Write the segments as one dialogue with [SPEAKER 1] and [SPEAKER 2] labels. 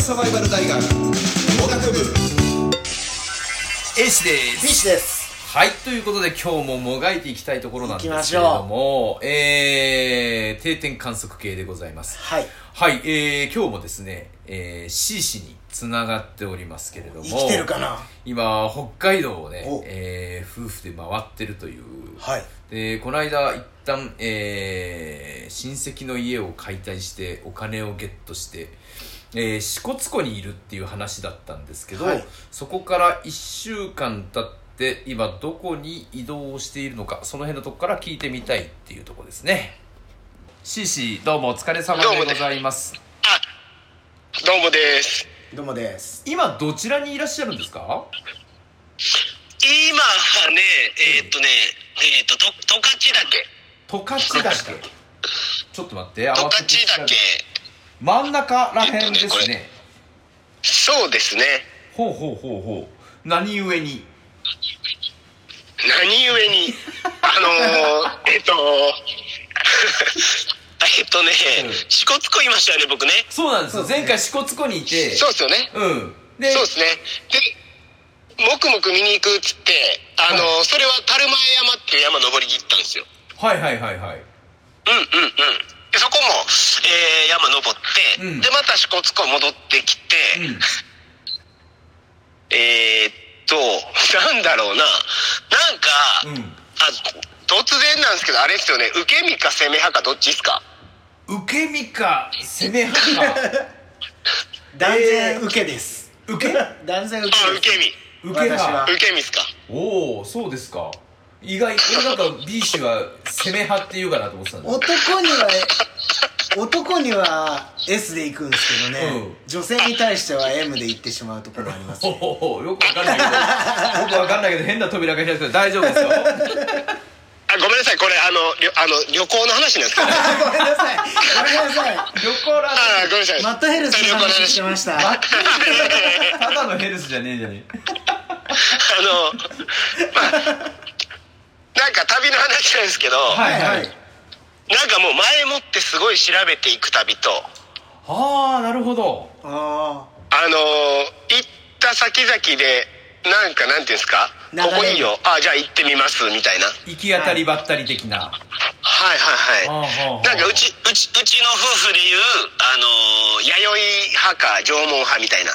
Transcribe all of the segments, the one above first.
[SPEAKER 1] サバイバル大学農学部
[SPEAKER 2] エイシです
[SPEAKER 3] フィッシュです
[SPEAKER 2] はいということで今日ももがいていきたいところなんですけ
[SPEAKER 3] 行きまし
[SPEAKER 2] れども
[SPEAKER 3] ょ
[SPEAKER 2] えー、定点観測系でございます
[SPEAKER 3] はい
[SPEAKER 2] はい、えー、今日もですね、えー、C 氏につながっておりますけれども
[SPEAKER 3] 生きてるかな
[SPEAKER 2] 今北海道をね
[SPEAKER 3] お、
[SPEAKER 2] えー、夫婦で回ってるという
[SPEAKER 3] はい
[SPEAKER 2] でこの間一旦、えー、親戚の家を解体してお金をゲットして、えー、支笏湖にいるっていう話だったんですけど、
[SPEAKER 3] はい
[SPEAKER 2] そこから1週間経って今どこに移動しているのかその辺のとこから聞いてみたいっていうとこですねシーシーどうもお疲れ様でございます
[SPEAKER 4] どうもです。
[SPEAKER 3] どうもです
[SPEAKER 2] 今どちらにいらっしゃるんですか
[SPEAKER 4] 今はね、えーっとね、えーっと、と、十勝岳。
[SPEAKER 2] 十勝岳ちょっと待って
[SPEAKER 4] 十
[SPEAKER 2] 慌てて
[SPEAKER 4] 勝岳。
[SPEAKER 2] 真ん中らへんで
[SPEAKER 4] えっとね
[SPEAKER 2] す
[SPEAKER 4] こ
[SPEAKER 2] ね
[SPEAKER 4] そうですね。
[SPEAKER 2] ほうほうほうほう何故に
[SPEAKER 4] 何故 に、あのー、えーっと、 えーっとね
[SPEAKER 2] うん、
[SPEAKER 4] 支笏湖いましたよね、僕ね。
[SPEAKER 2] そうなんですよ
[SPEAKER 3] そうですね
[SPEAKER 2] 前回支笏湖にいて
[SPEAKER 4] そうですよね。
[SPEAKER 2] うんで
[SPEAKER 4] そうですね。で、もくもく見に行くっつって、あのーそれは樽前山っていう山登りに行ったんですよ。
[SPEAKER 2] はいはいはいはい
[SPEAKER 4] うんうんうん。で、そこも、えー山登って、
[SPEAKER 2] うん
[SPEAKER 4] で、また支笏湖戻ってきて、
[SPEAKER 2] うん
[SPEAKER 4] えーっと、なんだろうな。なんか、
[SPEAKER 2] う
[SPEAKER 4] あ、突然なんですけど、あれですよね。受け身か攻め派かどっちですか
[SPEAKER 2] ん 受け身か攻め派 か
[SPEAKER 3] 断然受けです、
[SPEAKER 2] 受け
[SPEAKER 3] 断然受
[SPEAKER 4] あ、
[SPEAKER 3] け
[SPEAKER 4] 受け身。
[SPEAKER 2] 受け
[SPEAKER 3] 私
[SPEAKER 2] 派
[SPEAKER 3] は
[SPEAKER 4] 受け身ですか。
[SPEAKER 2] おおそうですか意外俺なんか B 氏は攻め派って言うかなと思ってたんだ
[SPEAKER 3] 男には男には S で行くんですけどね、
[SPEAKER 2] うん
[SPEAKER 3] 女性に対しては M で行ってしまうところあ ります
[SPEAKER 2] ほほほよくわかんないけ どよくわかんないけど変な扉が開いてる大丈夫です よ
[SPEAKER 4] あ、ごめんなさい。これ、あの、りょあの旅行の話なんですか、ね、
[SPEAKER 3] ごめんなさいごめんなさい
[SPEAKER 2] 旅行ら
[SPEAKER 4] あ、ごめんなさい。
[SPEAKER 3] マットヘルスの
[SPEAKER 4] 旅行の
[SPEAKER 3] 話し
[SPEAKER 4] 話。
[SPEAKER 3] ました
[SPEAKER 2] マッチングただのヘルスじゃねえじゃね
[SPEAKER 4] あの、まあ、なんか旅の話なんですけど、
[SPEAKER 2] えはいはい
[SPEAKER 4] なんかもう前もってすごい調べていく旅と、
[SPEAKER 2] ああなるほど
[SPEAKER 3] あ
[SPEAKER 4] あのー行った先々でなんかなんていうんですか
[SPEAKER 3] 流れ
[SPEAKER 4] ここいいよあじゃあ行ってみますみたいなはい
[SPEAKER 2] 行き当たりばったり的な、
[SPEAKER 4] はい
[SPEAKER 2] あ
[SPEAKER 4] は
[SPEAKER 2] あああ
[SPEAKER 4] いなんかうちうちうちの夫婦でいうあのー弥生派か縄文派みたいな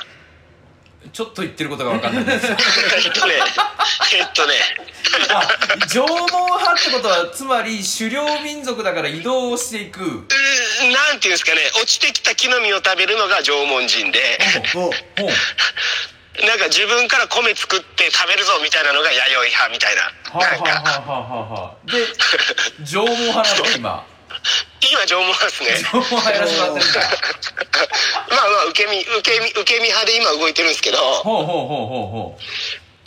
[SPEAKER 2] ちょっと言ってることが分かんない です。
[SPEAKER 4] えっとねえっとね
[SPEAKER 2] あ縄文派ってことは、つまり狩猟民族だから移動をしていく。
[SPEAKER 4] うーなんていうんですかね落ちてきた木の実を食べるのが縄文人で
[SPEAKER 3] あお
[SPEAKER 2] ほう
[SPEAKER 4] なんか自分から米作って食べるぞみたいなのが弥生派みたいな
[SPEAKER 2] はあ、は
[SPEAKER 4] なんか
[SPEAKER 2] あはあはあはあ、で、縄文派なの 今。
[SPEAKER 4] 今縄文派ですね
[SPEAKER 2] 縄文派やらせてもらってるんだ。
[SPEAKER 4] まあまあ受け身受け身受け身派で今動いてるんですけど
[SPEAKER 2] ほうほうほうほうほ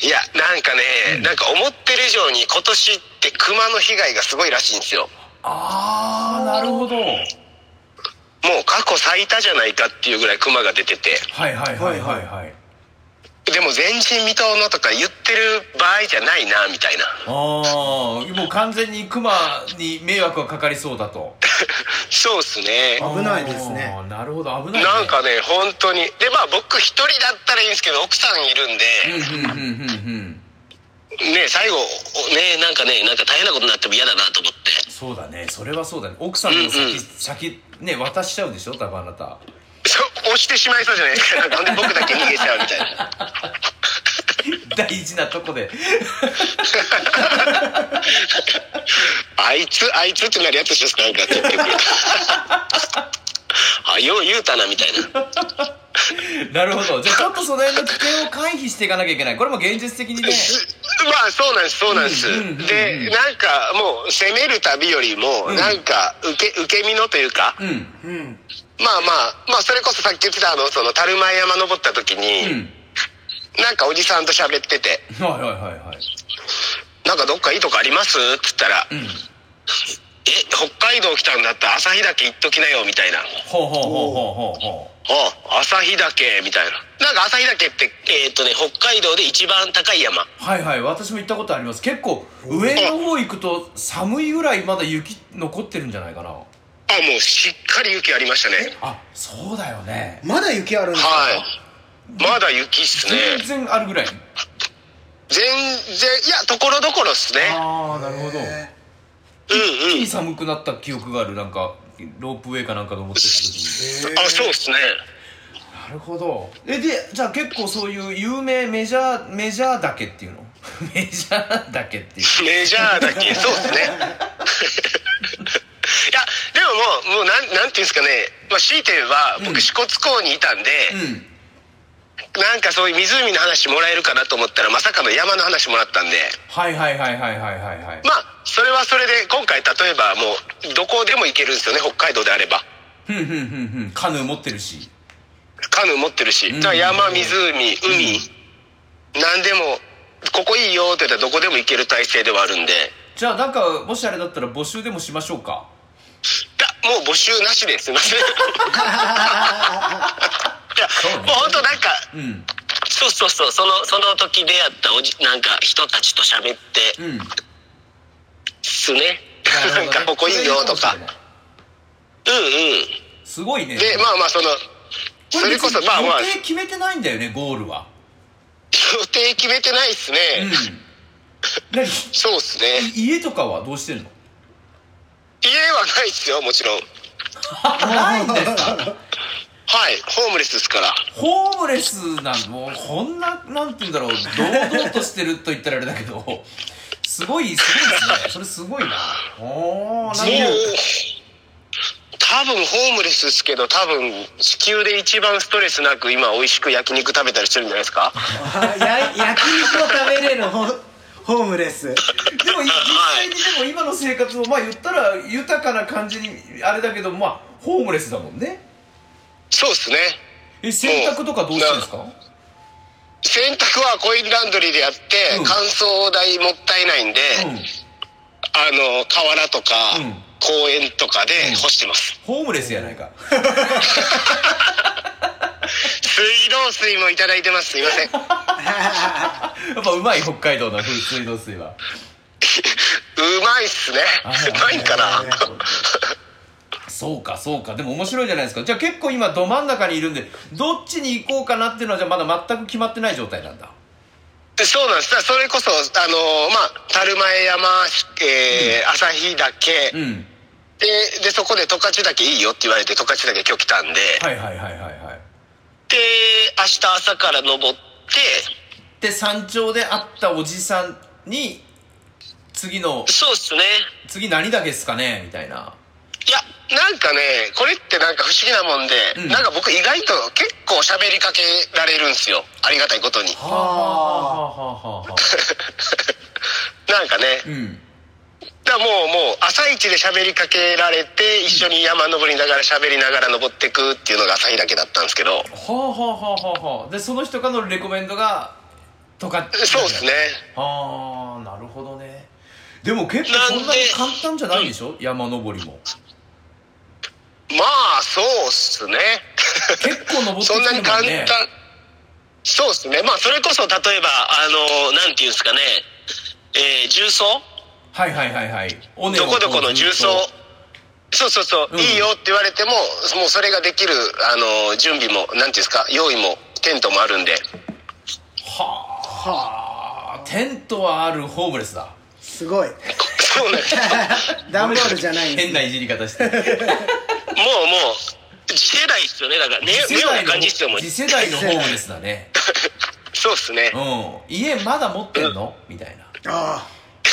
[SPEAKER 4] いやなんかね、なんか思ってる以上に今年って熊の被害がすごいらしいんですよ
[SPEAKER 2] う。あー、なるほど。はい
[SPEAKER 4] もう過去最多じゃないかっていうぐらい熊が出てて
[SPEAKER 2] はいはいはいはい。
[SPEAKER 4] でも前人未到のとか言ってる場合じゃないなみたい
[SPEAKER 2] あー、
[SPEAKER 4] な
[SPEAKER 2] もう完全に熊に迷惑がかかりそうだと。
[SPEAKER 4] そうっすね
[SPEAKER 3] 危ないですね
[SPEAKER 2] あー。なるほど、危ない、ね。
[SPEAKER 4] なんかね本当にでまあ僕一人だったらいいんですけど奥さんいる
[SPEAKER 2] う
[SPEAKER 4] ん
[SPEAKER 2] ん、うん、うん、
[SPEAKER 4] で、
[SPEAKER 2] うん、うん。
[SPEAKER 4] ね最後ねなんかねなんか大変なことになっても嫌だなと思って
[SPEAKER 2] そうだね、それはそうだね。奥さんの先、
[SPEAKER 4] うんうん
[SPEAKER 2] 先、ね、渡しちゃうでしょ、多分あなた。
[SPEAKER 4] そう押してしまいそうじゃないですかなんで僕だけ逃げちゃうみたいな
[SPEAKER 2] 大事なとこで。
[SPEAKER 4] あいつ、あいつってなるやつじゃないか、結局。 あ、よう言うたな、みたい な。
[SPEAKER 2] なるほど。じゃあちょっとその辺の危険を回避していかなきゃいけない。これも現実的にね。
[SPEAKER 4] まあ、そうなんです、そうなんです
[SPEAKER 2] うんうんうんうん。
[SPEAKER 4] で、なんか、もう、攻める旅よりも、
[SPEAKER 2] ん
[SPEAKER 4] なんか、受け、受け身のというか、
[SPEAKER 2] うん。
[SPEAKER 3] うん
[SPEAKER 4] まあまあ、まあ、それこそさっき言ってた、あの、その、樽前山登った時
[SPEAKER 2] う
[SPEAKER 4] に、
[SPEAKER 2] ん。
[SPEAKER 4] なんかおじさんと喋ってて、
[SPEAKER 2] はいはいはいはい。
[SPEAKER 4] なんかどっかいいとこありますって言ったら、
[SPEAKER 2] うん。
[SPEAKER 4] え、北海道来たんだったら旭岳行っときなよ、みたいな。
[SPEAKER 2] ほうほうほうほうほうほ
[SPEAKER 4] あ、旭岳、みたいな。なんか旭岳って、えーっとね、北海道で一番高い山。
[SPEAKER 2] う。はいはい。私も行ったことあります。結構、上の方行くと寒いぐらいまだ雪残ってるんじゃないかな。
[SPEAKER 4] あもうしっかり雪ありましたね
[SPEAKER 2] あそうだよね
[SPEAKER 3] まだ雪あるんですか、
[SPEAKER 4] はいまだ雪っすね
[SPEAKER 2] 全然あるぐらい
[SPEAKER 4] 全然いやところどころっすね
[SPEAKER 2] ああなるほど
[SPEAKER 3] え
[SPEAKER 4] うん
[SPEAKER 2] 一気
[SPEAKER 4] うん
[SPEAKER 2] に寒くなった記憶があるなんかロープウェイかなんか登ってきた時に
[SPEAKER 3] ー
[SPEAKER 4] あそうっすね
[SPEAKER 2] なるほどえでじゃあ結構そういう有名メジャーメジャーだけっていうの メジャーだけっていう
[SPEAKER 4] メジャーだ けそうっすねいやでももうもうなんなんていうんですかね、まあ、強いて言えば
[SPEAKER 2] うん
[SPEAKER 4] 僕支笏港にいたんで、
[SPEAKER 2] うん
[SPEAKER 4] なんかそういう湖の話もらえるかなと思ったらまさかの山の話もらったんで
[SPEAKER 2] はいはいはいはいはいはいはい
[SPEAKER 4] まあそれはそれで今回例えばもうどこでも行けるんですよね北海道であれば
[SPEAKER 2] ふんふんふんふんカヌー持ってるし
[SPEAKER 4] カヌー持ってるし、
[SPEAKER 2] うん
[SPEAKER 4] だから山湖海、なん、何でもここいいよって言ったらどこでも行ける体制ではあるんで
[SPEAKER 2] じゃあなんかもしあれだったら募集でもしましょうか
[SPEAKER 4] いやもう募集なしですすいませ んいや
[SPEAKER 2] そうね
[SPEAKER 4] もう本当なんか
[SPEAKER 2] うん
[SPEAKER 4] そうそうそうそのその時出会ったおじなんか人たちと喋って
[SPEAKER 2] うんな
[SPEAKER 4] すね
[SPEAKER 2] るほど
[SPEAKER 4] な
[SPEAKER 2] ね
[SPEAKER 4] んかここいいよとか
[SPEAKER 2] それいいもしれない
[SPEAKER 4] うんうん
[SPEAKER 2] すごいね
[SPEAKER 4] でまあまあそのそれこそまあまあ
[SPEAKER 2] 予定決めてないんだよねゴールは
[SPEAKER 4] 予定決めてないっすね、
[SPEAKER 2] うん 何
[SPEAKER 4] そうっすね
[SPEAKER 2] 家とかはどうしてんの
[SPEAKER 4] 家はないっすよもちろん
[SPEAKER 2] ないんですか
[SPEAKER 4] はいホームレスですから
[SPEAKER 2] ホームレスなんもうこんななんて言うんだろう堂々としてると言ったらあれだけどすごいすごいですねそれすごいなおお
[SPEAKER 4] もう多分ホームレスですけど多分地球で一番ストレスなく今美味しく焼肉食べたりしてるんじゃないですか
[SPEAKER 3] あや 焼肉を食べれるホホームレス
[SPEAKER 2] でもい実際にでも今の生活をまあ言ったら豊かな感じにあれだけどまあホームレスだもんね
[SPEAKER 4] そうですね
[SPEAKER 2] え洗濯とかどうしてるんですか
[SPEAKER 4] 洗濯はコインランドリーでやって、
[SPEAKER 2] うん
[SPEAKER 4] 乾燥代もったいないんで、
[SPEAKER 2] うん
[SPEAKER 4] あの河原とか、
[SPEAKER 2] うん
[SPEAKER 4] 公園とかで干してます、
[SPEAKER 2] ホームレスやないか
[SPEAKER 4] 水道水もいただいてますすいま せ
[SPEAKER 2] や
[SPEAKER 4] ん
[SPEAKER 2] っぱうまい北海道の風水道水は
[SPEAKER 4] うまいっすね
[SPEAKER 2] あ
[SPEAKER 4] うまいんかな
[SPEAKER 3] あ
[SPEAKER 2] そうかそうかでも面白いじゃないですかじゃあ結構今ど真ん中にいるんでどっちに行こうかなっていうのはじゃあまだ全く決まってない状態なんだ
[SPEAKER 4] そうなんです。だからそれこそ、あのーまあ、樽前山、えー、旭岳、
[SPEAKER 2] うん
[SPEAKER 4] で、で、そこで十勝岳いいよって言われて、十勝岳今日来たんで、
[SPEAKER 2] はいはいはいはいはい
[SPEAKER 4] で、明日朝から登って、
[SPEAKER 2] で山頂で会ったおじさんに次の
[SPEAKER 4] そうっすね。
[SPEAKER 2] 次何だけっすかねみたいない
[SPEAKER 4] や、なんかね、これってなんか不思議なもんで、
[SPEAKER 2] うん
[SPEAKER 4] なんか僕意外と結構喋りかけられるんすよ。ありがたいことに。
[SPEAKER 2] はあはあはあはあ
[SPEAKER 4] なんかね、
[SPEAKER 2] うん
[SPEAKER 4] だからもうもう朝一で喋りかけられて一緒に山登りながら喋りながら登ってくっていうのが朝日岳だったんですけど
[SPEAKER 2] はあはあはあはあはあでその人からのレコメンドがとか
[SPEAKER 4] そうですね
[SPEAKER 2] ああなるほどねでも結構そんなに簡単じゃないでしょ山登りも
[SPEAKER 4] まあそうっすね
[SPEAKER 2] 結構登ってきて
[SPEAKER 4] そ
[SPEAKER 2] る
[SPEAKER 4] んな
[SPEAKER 2] も
[SPEAKER 4] に
[SPEAKER 2] ん
[SPEAKER 4] 簡単
[SPEAKER 2] ね
[SPEAKER 4] そうっすねまあそれこそ例えばあのなんていうんですかねえー重曹
[SPEAKER 2] はいはいはいはい尾根
[SPEAKER 4] ど
[SPEAKER 2] を
[SPEAKER 4] こどこ
[SPEAKER 2] こ
[SPEAKER 4] の
[SPEAKER 2] う
[SPEAKER 4] 重曹そうそうそう、
[SPEAKER 2] うん
[SPEAKER 4] いいよって言われてももうそれができるあの準備もなんていうんですか用意もテントもあるんで
[SPEAKER 2] はあテントはあるホームレスだ
[SPEAKER 3] すごい
[SPEAKER 4] そうな んです
[SPEAKER 3] 段ボールじゃないんです
[SPEAKER 2] 変 ないじり方して
[SPEAKER 4] もうもう次世代っすよねだからね目を感じっすよもう
[SPEAKER 2] 次世代のホームレスだ ね
[SPEAKER 4] そうっすね
[SPEAKER 2] うん家まだ持ってんのみたいな
[SPEAKER 3] あ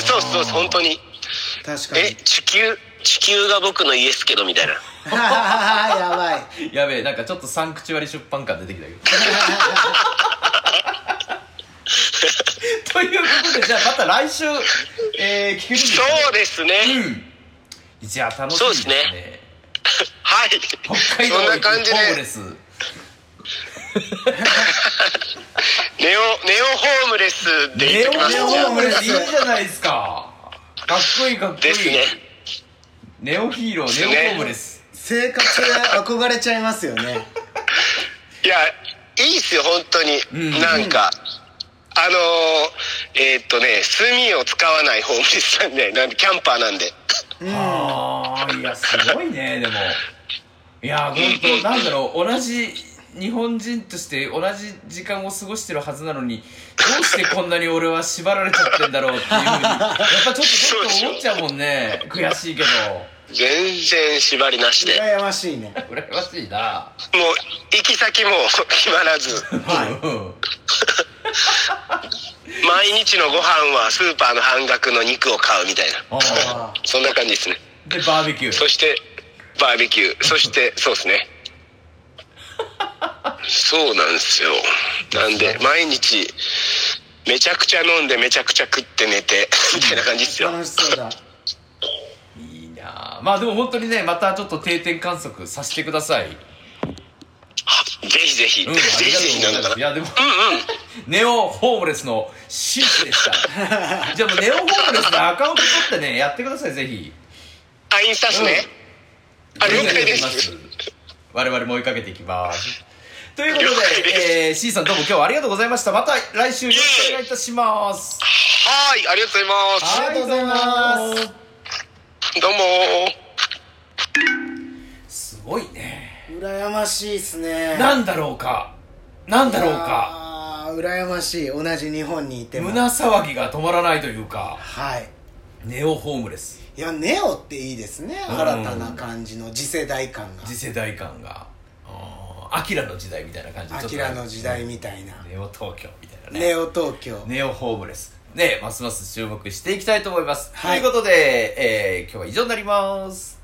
[SPEAKER 4] そうそう本当に
[SPEAKER 3] あ確かに
[SPEAKER 4] え地球地球が僕の家っすけどみたいな
[SPEAKER 3] やばい
[SPEAKER 2] やべえなんかちょっとサンクチュアリ出版感出てきたけ どということでじゃあまた来週えー、聞けるんです
[SPEAKER 4] そ
[SPEAKER 2] かね
[SPEAKER 4] うですね、
[SPEAKER 2] うんじゃあ楽しみ
[SPEAKER 4] そう
[SPEAKER 2] で
[SPEAKER 4] ですす
[SPEAKER 2] ね
[SPEAKER 4] ねはい
[SPEAKER 2] 北海道
[SPEAKER 4] そん
[SPEAKER 2] のホ
[SPEAKER 4] な感じで
[SPEAKER 2] ームレス
[SPEAKER 4] ネオネオホームレスで
[SPEAKER 2] ネ
[SPEAKER 4] 行っ
[SPEAKER 2] オ
[SPEAKER 4] てきま
[SPEAKER 2] ネ
[SPEAKER 4] す
[SPEAKER 2] オ
[SPEAKER 3] ネ
[SPEAKER 2] ホームレスいい
[SPEAKER 3] ネオホームレス
[SPEAKER 2] じゃないですかかっこいいかっこいい
[SPEAKER 4] ですね
[SPEAKER 2] ネオヒーロー
[SPEAKER 4] すね
[SPEAKER 2] ネオホームレス
[SPEAKER 3] 生活で憧れちゃいますよね
[SPEAKER 4] いやいいっすよ本当に、
[SPEAKER 2] うん
[SPEAKER 4] なんかあのーえーっとね炭を使わないホームレスなんでなんでキャンパーなんで
[SPEAKER 3] うん
[SPEAKER 2] ああいいや、すごいね、でも。いや、本当なんだろう、同じ日本人として同じ時間を過ごしてるはずなのに、どうしてこんなに俺は縛られちゃってんだろうっていうふうに、やっぱちょっとちょっと思っちゃうもんね。悔しいけど。
[SPEAKER 4] 全然縛りなしで
[SPEAKER 3] 羨ましいね。
[SPEAKER 2] 羨ましいな。
[SPEAKER 4] もう行き先も 決まらず
[SPEAKER 3] は
[SPEAKER 2] うん
[SPEAKER 4] 毎日のご飯はスーパーの半額の肉を買うみたいな
[SPEAKER 2] ああ
[SPEAKER 4] そんな感じですね
[SPEAKER 2] で、バーベキュー。
[SPEAKER 4] そしてバーベキューそしてそうで すねそうなんですよなんで毎日めちゃくちゃ飲んでめちゃくちゃ食って寝てみたいな感じです
[SPEAKER 3] い。
[SPEAKER 4] よ
[SPEAKER 3] 楽しそうだ。
[SPEAKER 2] いいなあまあでも本当にね、またちょっと定点観測させてください。
[SPEAKER 4] ぜひぜひ、
[SPEAKER 2] うん、あ
[SPEAKER 4] ぜ
[SPEAKER 2] りがとう
[SPEAKER 4] ひぜひな
[SPEAKER 2] ご
[SPEAKER 4] ん
[SPEAKER 2] ざい
[SPEAKER 4] だ
[SPEAKER 2] ま
[SPEAKER 4] か
[SPEAKER 2] す。い
[SPEAKER 4] ら
[SPEAKER 2] や、でも、ネオホームレスのシーシでした。 じゃあもうネオホームレスのアカウント取ってね、やってください、ぜひ。
[SPEAKER 4] あインスタっすね、あ了解です
[SPEAKER 2] お願いします我々も追いかけていきます。ということ
[SPEAKER 4] 了解
[SPEAKER 2] で、えー、C さんどうも今日はありがとうございました。また来週よろしくお願いいたします。
[SPEAKER 4] はいありがとうございます
[SPEAKER 3] ありがとうございます
[SPEAKER 2] はいどうも
[SPEAKER 4] どうもー
[SPEAKER 2] すごいね。
[SPEAKER 3] 羨ましいっすね。
[SPEAKER 2] なんだろうか。なんだろうか。
[SPEAKER 3] か。羨ましい。同じ日本にいても。
[SPEAKER 2] 胸騒ぎが止まらないというか、
[SPEAKER 3] はい。
[SPEAKER 2] ネオホームレス。
[SPEAKER 3] いや、ネオっていいですね。
[SPEAKER 2] うん
[SPEAKER 3] 新たな感じの次世代感が。
[SPEAKER 2] 次世代感が。あーアキラの時代みたいな感じで
[SPEAKER 3] ア
[SPEAKER 2] ちょっ
[SPEAKER 3] キ
[SPEAKER 2] と
[SPEAKER 3] ラの時代みたいな。
[SPEAKER 2] ネオ東京みたいなね。
[SPEAKER 3] ネオ東京。
[SPEAKER 2] ネオホームレス。ね、ますます注目していきたいと思います。
[SPEAKER 3] はい
[SPEAKER 2] ということで、えー今日は以上になります。